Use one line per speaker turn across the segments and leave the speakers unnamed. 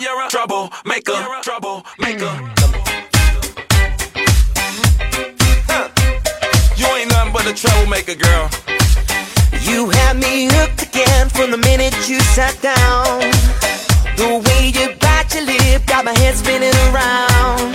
You're a troublemaker, troublemaker. Huh. You ain't nothing but a troublemaker, girl.
You had me hooked again from the minute you sat down. The way you bite your lip got my head spinning around.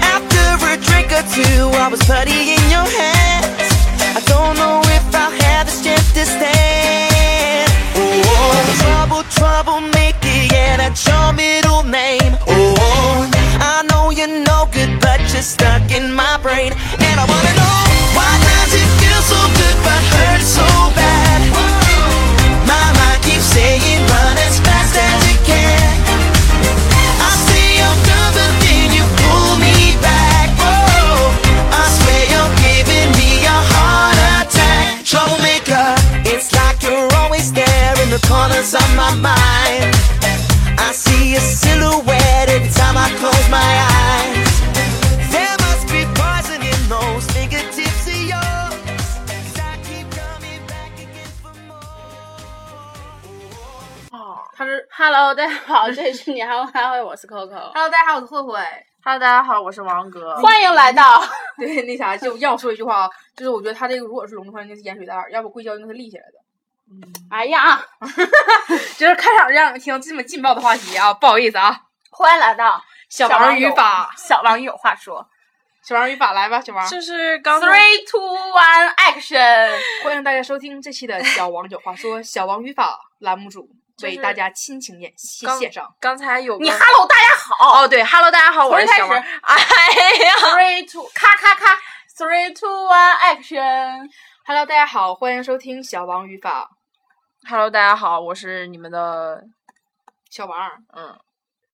After a drink or two, I was putty in your hands. I don't know if I'll have the strength to stand. Oh, trouble, troublemaker, yeah, that's your middle name. Oh, I know you're no good, but you're stuck in my brain, and I wanna know why does it feel so good but hurt so bad? My mind keeps saying run as fast as you can. I say I'm done, but then you pull me back. Whoa, I swear you're giving me a heart attack. Troublemaker, it's like you're always there in the corners of my mind. I see a silhouette every time I close my eyes. There must be poison in those fingertips of yours. 'Cause I keep coming back again for more.
他是哦 Hello，大家好，这里是你还会还会，我是 Coco，
Hello，大家好，我是慧慧。
Hello，大家好，我是王哥。
欢迎来 到。
对，那啥，就要我说一句话啊，就是我觉得他这个如果是隆的话，应该是盐水袋儿，要不硅胶应该是立起来的。
哎呀啊，
就是开场让你们听这么劲爆的话题啊，不好意思啊，
欢迎来到
小
小
王
王
语
有
法，
小王有话说，
小王语法来吧，小王。
就是刚才
Three Two One Action。
欢迎大家收听这期的《小王有话说》小王语法栏目组
就
为
是
大家亲情演戏
刚
献上。
刚才有个
你 Hello，大家好。
哦，对，Hello，大家好，我是小王。
从
哎呀，
Three Two，咔咔咔。Three Two One Action。
Hello，大家好，欢迎收听小王语法。
Hello，大家好，我是你们的，
小王儿，
嗯，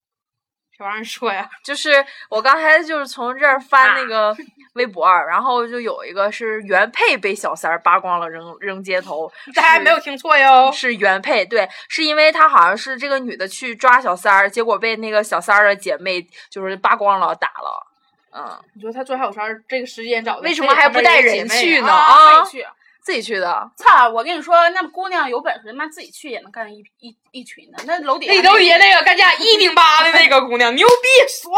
小王儿你说呀，
就是我刚才就是从这儿翻那
啊
个微博儿，然后就有一个是原配被小三儿扒光了扔扔街头，
大家没有听错哟。
是原配，对，是因为她好像是这个女的去抓小三儿，结果被那个小三儿的姐妹就是扒光了打了，嗯。
你说他抓小三儿这个时间找的，
为什么还不带人去 呢？啊，
自己去。
自己去的，
操！我跟你说，那姑娘有本事，他妈自己去也能干一一一群的。那楼底下
那都爷那个干架一零八的那个姑娘，牛逼爽！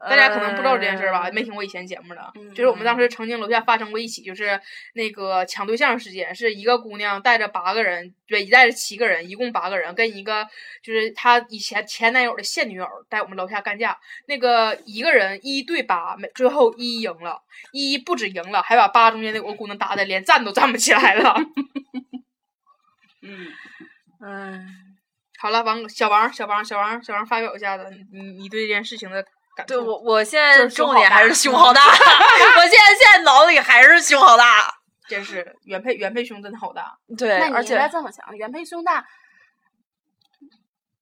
大家可能不知道这件事儿吧，
嗯
没听过以前节目的，
嗯
就是我们当时曾经楼下发生过一起，就是那个抢对象事件，是一个姑娘带着八个人，对，带着七个人，一共八个人，跟一个就是她以前前男友的现女友在我们楼下干架，那个一个人一对八，没最后一赢了，一不止赢了，还把八中间那个姑娘打的连站都站不起来了。
嗯，
嗯，
好了，王小王，小王，小王，小王发表一下子，你你你对这件事情的感
对
触。
我，我现在
就是胸
重
好
点
大
还是胸好大， 我现在现在脑子里还是胸好大。
真是原配原配胸真的好大，
那，
对
你
而
应该
且
这么想，原配胸大，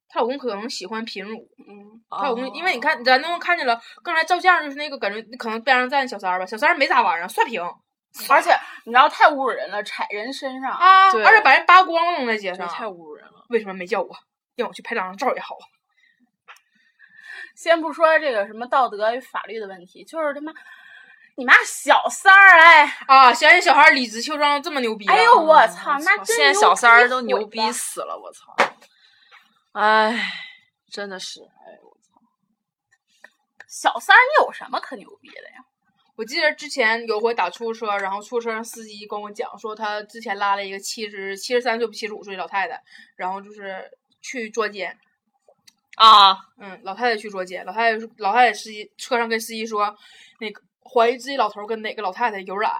她老公可能喜欢贫乳，
嗯，
她
哦
老公因为你看咱都能看见了，刚才照相就是那个感觉，可能边上站小三儿吧，小三儿没咋玩意儿，啊算平
而且你知道太侮辱人了，踩人身上。
啊，
对
而且把人扒光了在街
这
上，
太侮辱人了，
为什么没叫我？让我去拍张照也好啊，
先不说这个什么道德与法律的问题，就是他妈你妈小三儿，哎，
啊，想想小孩理直气壮这么牛逼、啊，
哎呦我操，那真
哦现在
牛
小三儿
逼
都
毁
牛逼
了
死了，我操！哎，真的是，哎，我操！
小三儿你有什么可牛逼的呀？
我记得之前有回打出租车，然后出租车上司机跟我讲说，他之前拉了一个七十七十三岁不七十五岁老太太，然后就是去捉奸，
啊，
嗯，老太太去捉奸，老太太说老太太司机车上跟司机说，那个怀疑自己老头儿跟哪个老太太有染，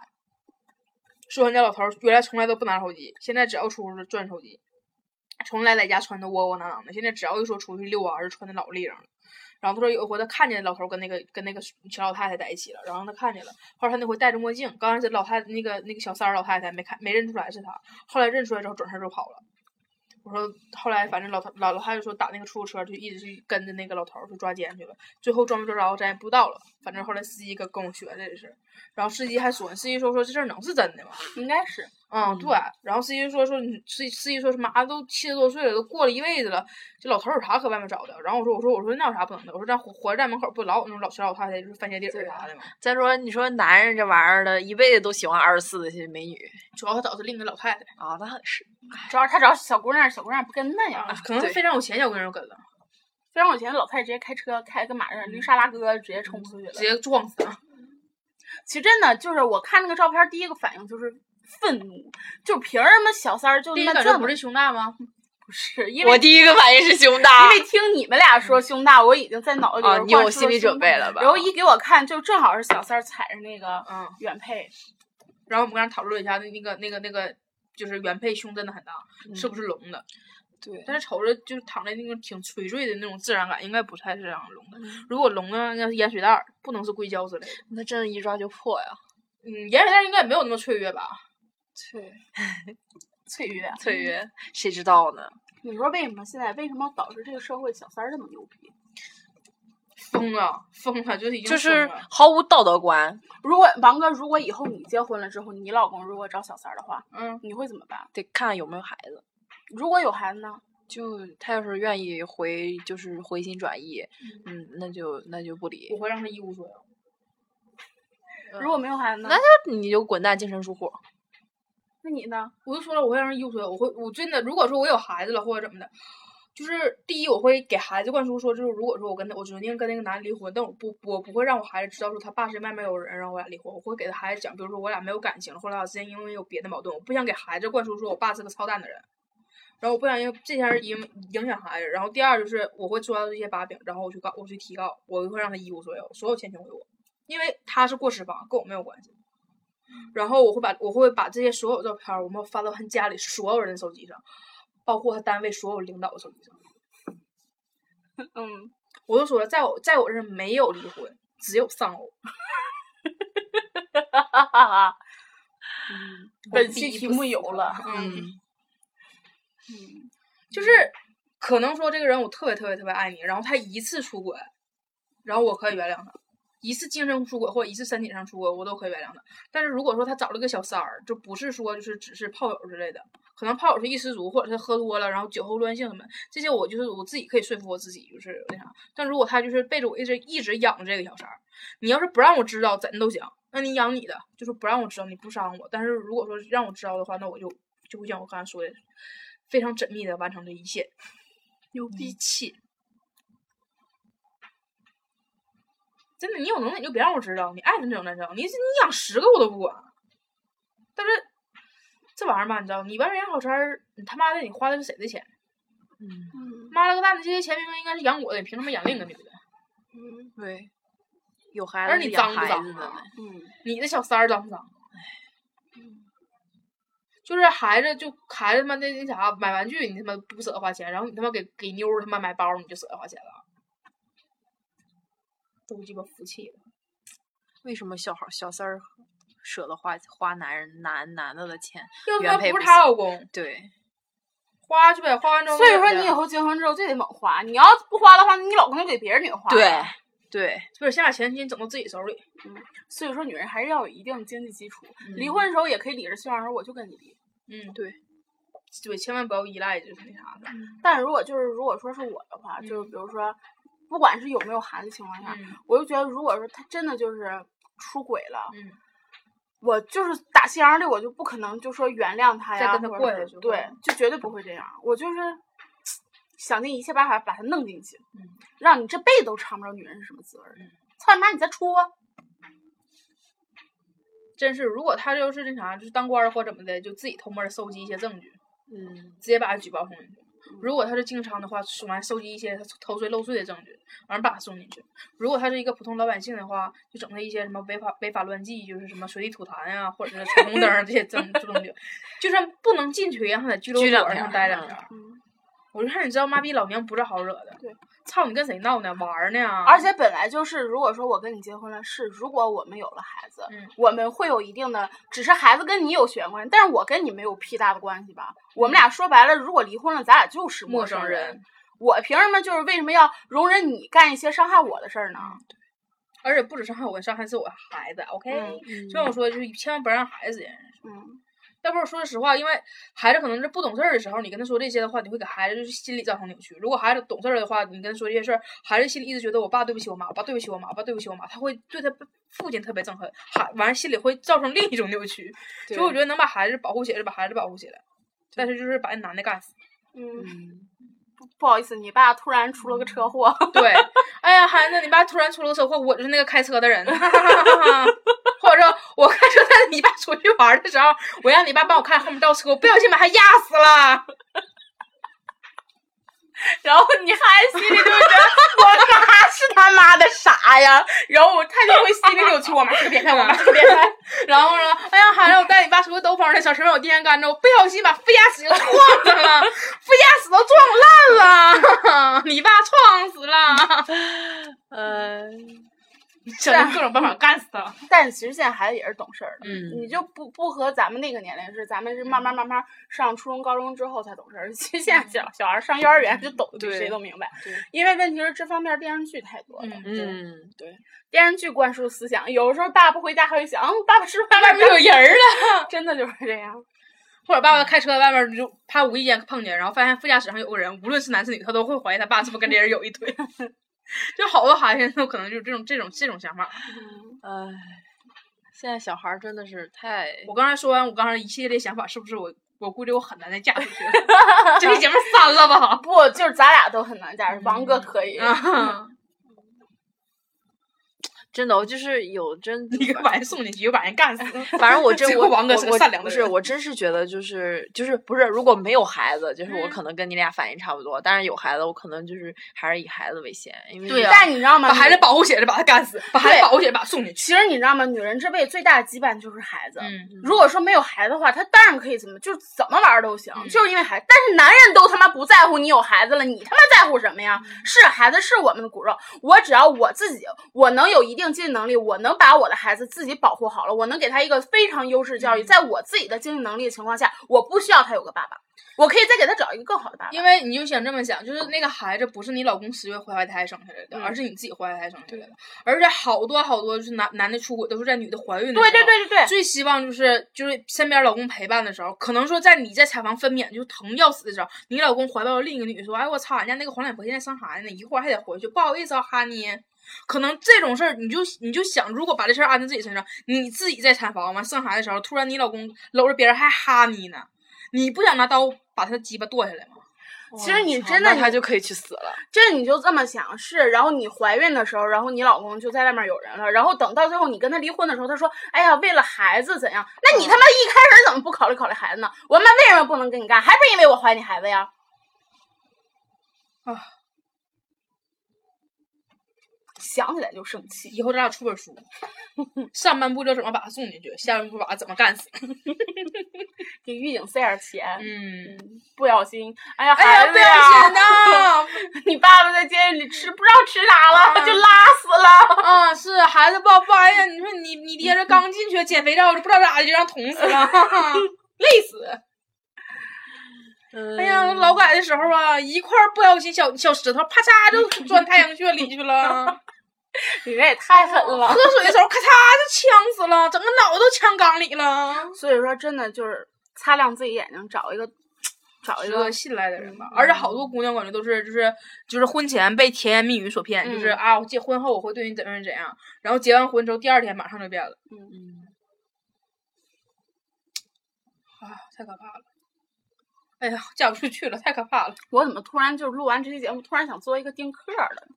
说人家老头儿原来从来都不拿手机，现在只要出去转手机，从来在家穿的窝窝囊囊的，现在只要一说出去遛弯儿，就穿的老立正了。然后他说有一回他看见老头儿跟那个跟那个小老太太在一起了，然后他看见了。后来他那回戴着墨镜，刚开始老太那个那个小三儿老太太没看没认出来是他，后来认出来之后转身就跑了。我说后来反正老头老老太太说打那个出租车就一直去跟着那个老头儿去抓奸去了，最后抓没抓着咱也不知道了。反正后来司机跟跟我学这事儿，然后司机还说司机说说这事儿能是真的吗？
应该是，
嗯，对。然后司机说说你司司机说什么啊，都七十多岁了，都过了一辈子了，这老头儿有啥可外面找的？然后我说我说我说那有啥不能的？我说咱火火车站门口不老有那种老小老太太就是翻鞋底
对
儿
啊
啥的吗？
再说，你说男人这玩意儿的，一辈子都喜欢二十四的些美女
主要他找的另一个老太太，
啊，那是
主要是他找小姑娘，小姑娘不跟那样。
可能
对
非常有钱小姑娘就跟了，
虽然我以前老太太直接开车开个马
嗯
上驴沙拉哥直接冲出去了
直。接撞死了。
其实真的就是我看那个照片儿，第一个反应就是愤怒，就凭什么小三儿就
第
他妈
一感
这
觉
么
不是胸大吗？
不是因为
我第一个反应是胸大，
因为听你们俩说胸大，我已经在脑子里
啊
边
你有
灌输
心
了
理
胸
准
大
备了吧
然后一给我看，就正好是小三儿踩着那个
嗯。
原配，
然后我们刚才讨论了一下，那那个那个那个，就是原配胸真的很大，是不是隆的？
嗯对
但是瞅着就是躺在那个挺垂坠的那种自然感，应该不太是这样隆的。
嗯
如果隆呢，应该是盐水袋儿，不能是硅胶之类的。
那真的一抓就破 呀。
嗯，盐水袋儿应该也没有那么雀跃吧？
对，翠玉，
翠云，谁知道呢？
啊你说为什么现在为什么导致这个社会小三儿这么牛逼？
疯了，疯了，就是已经
就是
疯了
毫无道德观，
如果王哥，如果以后你结婚了之后，你老公如果找小三儿的话，
嗯，
你会怎么办？
得看有没有孩子。
如果有孩子
嗯
呢？
就他要是愿意回，就是回心转意，嗯，那就那就不理
我，会让他一无所有。
如果没有孩子呢？
那你就滚蛋净身出户。
那你 呢？
我就说了，我会让他一无所有。我会，我真的，如果说我有孩子了或者怎么的，就是第一，我会给孩子灌输说，就是如果说我跟他，我决定跟那个男的离婚，但我不，我不会让我孩子知道说他爸是外面有人，然后我俩离婚。我会给他孩子讲，比如说我俩没有感情了，或者我俩之间因为有别的矛盾，我不想给孩子灌输说我爸是个操蛋的人。然后我不想因为这些人影影响孩子。然后第二就是我会抓到这些把柄，然后我去告，我去提告，我会让他一无所有，所有钱全归我，因为他是过失方，跟我没有关系。然后我会把我会把这些所有照片儿，我们发到他家里所有人的手机上，包括他单位所有领导的手机上。
嗯，
我就说了，在我在我这儿没有离婚，只有丧偶。
哈哈哈。
我
本
必
期
一
题
不
目
死
有了，
嗯，
嗯，
就是可能说这个人我特别特别特别爱你，然后他一次出轨，然后我可以原谅他。一次精神出轨或者一次身体上出轨，我都可以原谅他。但是如果说他找了个小三儿，就不是说就是只是炮友之类的，可能炮友是一失足，或者是喝多了，然后酒后乱性什么的这些，我就是我自己可以说服我自己，就是那啥。但如果他就是背着我一直一直养着这个小三儿，你要是不让我知道，怎都行，那你养你的，就是不让我知道，你不伤我。但是如果说让我知道的话，那我就就会像我刚才说的，非常缜密的完成这一切，牛逼气！真的，你有能耐你就别让我知道，你爱怎么整怎么整，你是你养十个我都不管。但是这玩意儿吧，你知道，你外面养小三儿，你他妈的你花的是谁的钱？
嗯
妈了个蛋的，这些钱明明应该是养我的，你凭什么养另一个女的？
嗯
对，有孩
而你
子是
脏
养
不
孩
脏
子的
啊
呢，
嗯，
你的小三儿脏不脏？就是孩子就孩子他妈的那啥买玩具，你他妈不舍得花钱，然后你他妈给给妞儿他妈买包，你就舍得花钱了，都鸡巴服气了。
为什么小孩小三儿舍得花花男人男男的的钱？
要
原
他妈
配
不
不
是她
行
老公，
对，
花去呗，花完之后
所以
怎么
说你
的
以后结婚之后就得猛花，你要不花的话，你老公就给别人女花。
对，对，
就是先把钱先整到自己手里。
嗯所以说女人还是要有一定经济基础。离
嗯
婚的时候也可以理直气壮地说我就跟你离，
嗯，对，对，千万不要依赖就是那啥的。
但如果就是如果说是我的话，就是比如说，不管是有没有孩子情况下，
嗯
我就觉得如果说他真的就是出轨了，
嗯，
我就是打心眼儿里我就不可能就说原谅他
再
呀，
跟他
或者
过
是
下去
对
会，
就绝对不会这样。我就是想尽一切办法把他弄进去，
嗯
让你这辈子都尝不着女人是什么滋味儿。操你妈，你再出啊！
真是，如果他就是那啥，就是当官儿或怎么的，就自己偷摸儿搜集一些证据，
嗯，
直接把他举报送进去。如果他是经商的话，送完收集一些他偷税漏税的证据，完了把他送进去。如果他是一个普通老百姓的话，就整他一些什么违法违法乱纪，就是什么随地吐痰呀、啊或者是闯红灯儿这些证证据，就算不能进去，让他在拘留
拘两
所
天
上
儿
待两
嗯
天儿。
嗯
我就看你知道，妈逼老娘不是好惹的。
对，
操你跟谁闹呢？玩儿呢？
而且本来就是，如果说我跟你结婚了，是如果我们有了孩子，
嗯
我们会有一定的，只是孩子跟你有血缘关系，但是我跟你没有屁大的关系吧？我们俩说白了，如果离婚了，咱俩就是
陌
嗯生
生人，
我凭什么就是为什么要容忍你干一些伤害我的事儿呢？
而且不止伤害我，伤害是我孩子。OK，
嗯
就像我说，就是千万不让孩子认识。
嗯，
要不是说实话，因为孩子可能是不懂事儿的时候，你跟他说这些的话，你会给孩子就是心理造成扭曲。如果孩子懂事儿的话，你跟他说这些事儿，孩子心里一直觉得我爸对不起我妈，我爸对不起我妈，我爸对不起我妈，他会对他父亲特别憎恨，还完了心里会造成另一种扭曲。所以我觉
得，
得能把孩子保护起来，就把孩子保护起来。但是就是把那男的干死。
嗯，不不好意思，你爸突然出了个车祸，
对，哎呀，孩子，你爸突然出了个车祸，我就是那个开车的人， 哈哈哈哈哈。或者说我开车带着你爸出去玩的时候，我让你爸帮我看后面倒车，我不小心把他压死了。
然后你还心里就觉得 我妈是他妈的啥呀？然后我他就会心里扭曲，我妈是变态，我 妈是变态。
然后呢，哎呀，孩子，我带你爸出去兜风的时候，前面有电线杆子，我不小心把飞鸭死 给撞上了，飞鸭死都撞烂了， 你爸撞死了， 啊
嗯，
呃想尽各种办法干死他。
但其实现在孩子也是懂事儿的，
嗯
你就不不和咱们那个年龄是，咱们是慢慢慢慢上初中、高中之后才懂事儿。其实现在小小孩儿上幼儿园就懂，比
对
谁都明白
嗯对。
因为问题是这方面电视剧太多了，
嗯，
电视剧灌输思想，有时候爸不回家还会想，嗯，爸爸是不是外
外面
面
有人儿了，
有，真的就是这样。
或者爸爸开车在外面就他无意间碰见，然后发现副驾驶上有个人，无论是男是女，他都会怀疑他爸是不是跟这人有一 腿。就好多孩子都可能就是这种这种这种想法。
哎，现在小孩儿真的是太
我刚才说完我刚才一系列想法，是不是我我估计我很难再嫁出 去了？这个节目删了吧？
不，就是咱俩都很难驾驶，王哥可以。
嗯啊，
真的，我就是有 真
一个把人送进去，一个把人 干死。
反正我真
结果
我
王哥
我
是个
我
善良的
不是
人
我真是觉得就是就是不是如果没有孩子，就是我
嗯
可能跟你俩反应差不多，但是有孩子我可能就是还是以孩子为先，因为
对呀
但你知道吗？
把孩子保护起来，把他干死；把孩
对
子保护起来，把他送进去。
其实你知道吗？女人这辈子最大的羁绊就是孩子。
嗯，
如果说没有孩子的话，他当然可以怎么就是怎么玩儿都行，
嗯
就是因为孩子。但是男人都他妈不在乎你有孩子了，你他妈在乎什么呀？
嗯
是孩子是我们的骨肉，我只要我自己，我能有一定经济能力，我能把我的孩子自己保护好了，我能给他一个非常优质
嗯
教育，在我自己的经济能力的情况下，我不需要他有个爸爸，我可以再给他找一个更好的爸爸。
因为你就想这么想，就是那个孩子不是你老公十月怀胎生下来的，
嗯
而是你自己怀胎生下来的。而且好多好多就是男男的出轨都是在女的怀孕的时候。
对对对对 对，
最希望就是就是身边老公陪伴的时候，可能说在你在产房分娩就疼要死的时候，你老公怀抱另一个女的说：“哎，我操，人家那个黄脸婆现在生孩子呢，一会儿还得回去，不好意思啊，哈尼。”可能这种事儿，你就你就想，如果把这事儿安在自己身上，你自己在产房完生孩子的时候，突然你老公搂着别人还哈你呢，你不想拿刀把他鸡巴剁下来吗？
其实你
操
真
那
的
他就可以去死了，
这你就这么想是，然后你怀孕的时候，然后你老公就在外面有人了，然后等到最后你跟他离婚的时候，他说：“哎呀，为了孩子怎样？”那你他妈一开始怎么不考虑考虑孩子呢？我妈为什么不能跟你干？还不是因为我怀你孩子呀？
啊，
想起来就生气。
以后咱俩出本书，上半部就怎么把他送进去，下半部把他怎么干死。
给狱警塞点钱，
嗯，
不小心，哎呀，
哎呀，
孩
不
子
要
呀
钱，呐！
你爸爸在监狱里吃不知道吃啥了，
啊
就拉死了。
啊，是孩子不好不好，哎呀，你说你你爹这刚进去捡肥皂，不知道咋的就让捅死了， 累死！哎呀，劳改的时候啊，一块儿不小心小小石头，啪嚓就钻太阳穴里去了。
你这也太狠了
喝。水的时候，咔嚓就呛死了，整个脑袋都呛缸里了。
所以说，真的就是擦亮自己眼睛，找一个，找一
值
个
得，信赖的人吧，嗯而且好多姑娘感觉都是就是就是婚前被甜言蜜语所骗，就是
嗯
啊，我结婚后我会对你怎样怎样，然后结完婚之后第二天马上就变了，
嗯，
啊，太可怕了。哎呀，嫁不出去了，太可怕了。
我怎么突然就是录完这期节目，突然想做一个丁克儿的？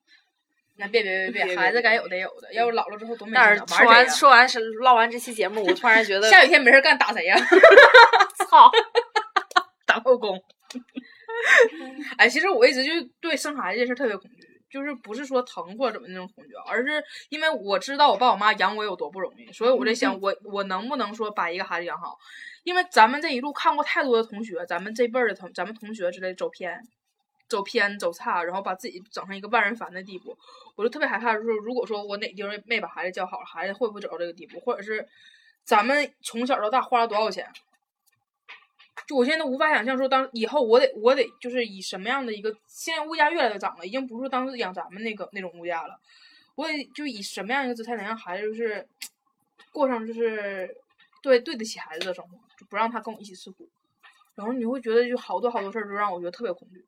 那别别 别别，孩子该有得有的，要是老了之后多没劲
但
儿
是
啊
说
玩儿
完
谁呀
说完是唠完这期节目，我突然觉得
下雨天没事儿干打谁呀？
操！
打后宫。 哎，其实我一直就对生孩子这事儿特别恐惧，就是不是说疼或者怎么那种恐惧，啊而是因为我知道我爸我妈养我有多不容易，所以我在想我我能不能说把一个孩子养好，因为咱们这一路看过太多的同学，咱们这辈儿的同咱们同学之类走偏。走偏走差，然后把自己整成一个万人烦的地步，我就特别害怕，就是如果说我哪地方没把孩子教好，孩子会不会走到这个地步，或者是咱们从小到大花了多少钱，就我现在都无法想象说当以后我得我得就是以什么样的一个，现在物价越来越涨了，已经不是当时养咱们那个那种物价了，我得就以什么样一个姿态能让孩子就是过上就是对对得起孩子的生活。就不让他跟我一起吃苦。然后你会觉得就好多好多事儿就让我觉得特别恐惧。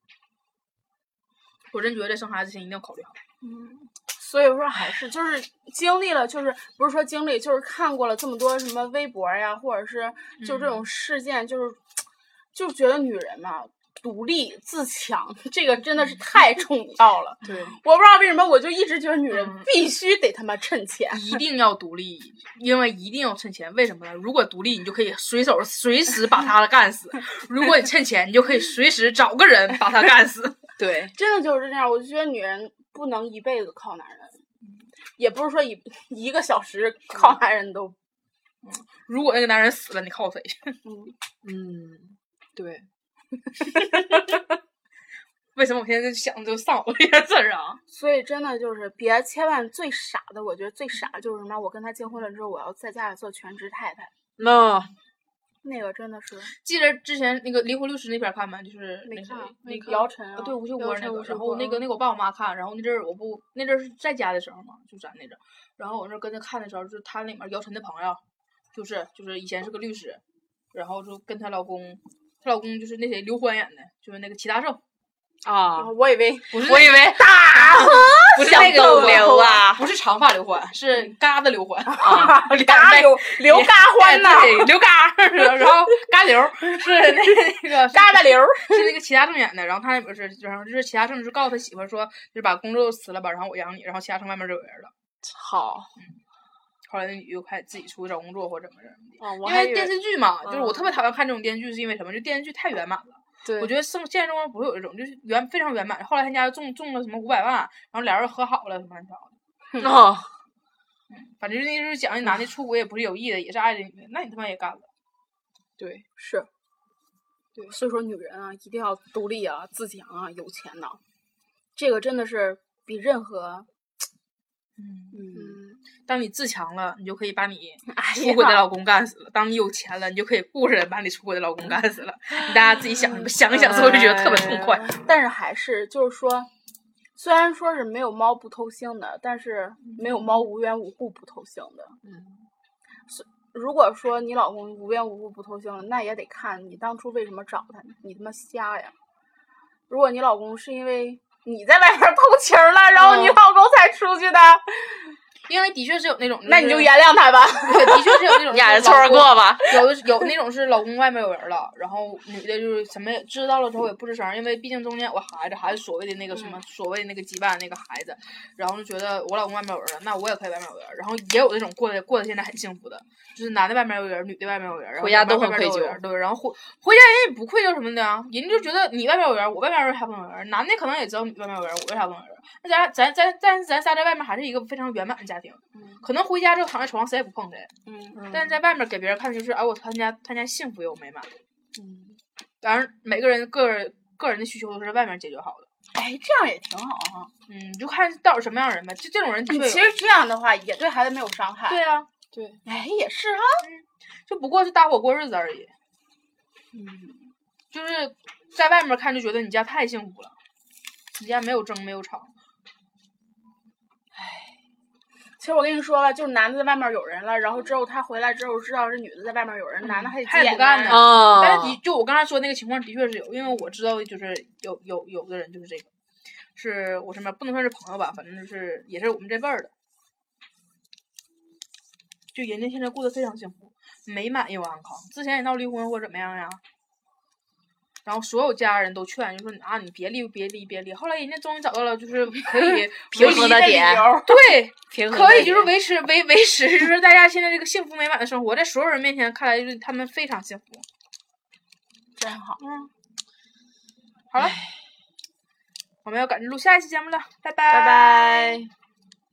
我真觉得在生孩子之前一定要考虑好。
所以说还是就是经历了，就是不是说经历，就是看过了这么多什么微博呀，或者是就这
嗯
种事件，就是就觉得女人呐、独立自强， 这个真的是太重要了。
对，
我不知道为什么，我就一直觉得女人
嗯
必须得他妈趁钱。
一定要独立，因为一定要趁钱。为什么呢？如果独立，你就可以随手随时把他干死；如果你趁钱，你就可以随时找个人把他干死。
对，
真的就是这样，我就觉得女人不能一辈子靠男人，也不是说一 一个小时靠男人都。
如果那个男人死了，你靠谁？
嗯，
嗯，对，
为什么我现在就想就丧偶这件事儿啊？
所以真的就是别千万最傻的，我觉得最傻就是什么？我跟他结婚了之后，我要在家里做全职太太，
那
那个真的是
记得之前那个《离婚律师》那片儿看吗？就是
没
那谁
看，
那
那
个
姚晨啊
对吴秀
姚
波嗯那
晨
个，
吴秀
然
波
后那个那个我爸我妈看，然后那阵儿我不那阵儿是在家的时候嘛，就在那阵儿，然后我那儿跟着看的时候，就是他里面姚晨的朋友，就是就是以前是个律师，然后就跟她老公，她老公就是那谁刘欢演的，就是那个齐 大圣，
啊
啊，
我以为
哦不是
我以为大河
不是
向
那个刘
东流
欢
啊
不是长发刘欢，是嘎的刘欢，
啊，
嘎
流
刘
嘎
欢呐，刘嘎， 然后嘎刘 是那 个是
嘎达流儿，
是那个齐大正演的，然后他那边是，然后就是齐大正就告诉他媳妇儿说，就是把工作都辞了吧，然后我养你，然后齐大正外面就有人了。
好
后来那女就开始自己出去找工作或者怎么着，
啊，我
因
还
为
以
电
为
视剧嘛，就是我
嗯
特别讨厌看这种电视剧，是因为什么？就电视剧太圆满了，
对，
我觉得生现实生活不会有这种，就是圆非常圆满。后来他家中中了什么五百万，然后俩人和好了什么乱七八糟的，
得哦，
反正那就是讲那男的出轨也不是有意的，也是爱着女的，那你他妈也干了。
对，
是，对，所以说女人啊，一定要独立啊、自强啊、有钱呐、这个真的是比任何，
嗯，
嗯，
嗯，
当你自强了，你就可以把你
哎
出轨的
呀，
老公干死了。当你有钱了，你就可以雇人把你出轨的老公干死了。你大家自己想
嗯
想一想，之后就觉得特别痛快。
但是还是就是说，虽然说是没有猫不偷腥的，但是没有猫无缘无故不偷腥的。
嗯，
所如果说你老公无缘无故不偷腥了，那也得看你当初为什么找他，你他妈瞎呀！如果你老公是因为你在外边偷情儿了，然后你
嗯
老公才出去的，
因为的确是有那种，
那你就原谅他吧。
对，的确是有那 种
压着
就是
错
老
儿
公
过吧，
有的是有那种是老公外面有人了，然后女的就是什么也知道了之后也不吱声儿，因为毕竟中间有个孩子，孩子所谓的那个什
嗯
么、所谓的那个羁绊那个孩子，然后就觉得我老公外面有人了，那我也可以外面有人，然后也有那种过得过得现在很幸福的，就是男的外面有人，女的外面有人，然后
回家
两边
都很
外面
愧
有
疚
人对，然后回回家人也不愧疚什么的啊，人家就觉得你外面有人，我外面为啥不能有人？男的可能也知道你外面有人，我为啥不能有人？那咱咱咱咱咱仨在外面还是一个非常圆满的家庭，可能回家之后躺在床上谁也不碰谁。
嗯，
但是在外面给别人看就是，哎，我他家他家幸福又美满。嗯，当然每个人个人个人的需求都是在外面解决好的。
哎，这样也挺好啊。
嗯，你就看到底什么样的人呗，就这种人的确
其
有。
实这样的话也对孩子没有伤害。
对，啊，
哎，也是啊。
就不过是搭伙过日子而已。嗯，就是在外面看就觉得你家太幸福了，你家没有争没有吵。
其实我跟你说吧，就是男的在外面有人了，然后之后他回来之后知道是女的在外面有
嗯
人，男的还得
他也
接
不干
男
呢
人
嗯
哦，
但是的就我刚才说那个情况的确是有，因为我知道就是有有有的人就是这个，是我身边不能算是朋友吧，反正就是也是我们这辈儿的，就人家现在过得非常幸福，美满又安康。之前也闹离婚或怎么样呀，然后所有家人都劝，就说你啊你别离别离别离。后来人家终于找到了就是 可以
平
维
衡
持
的
理
点
由儿，对，
平衡
可
的
以，就是
点
维持维维持，就是 大家现在这个幸福美满的生活，在所有人面前看来，就是他们非常幸福。
真好。
嗯，好了，我们要赶着录下一期节目了，拜拜，
拜拜。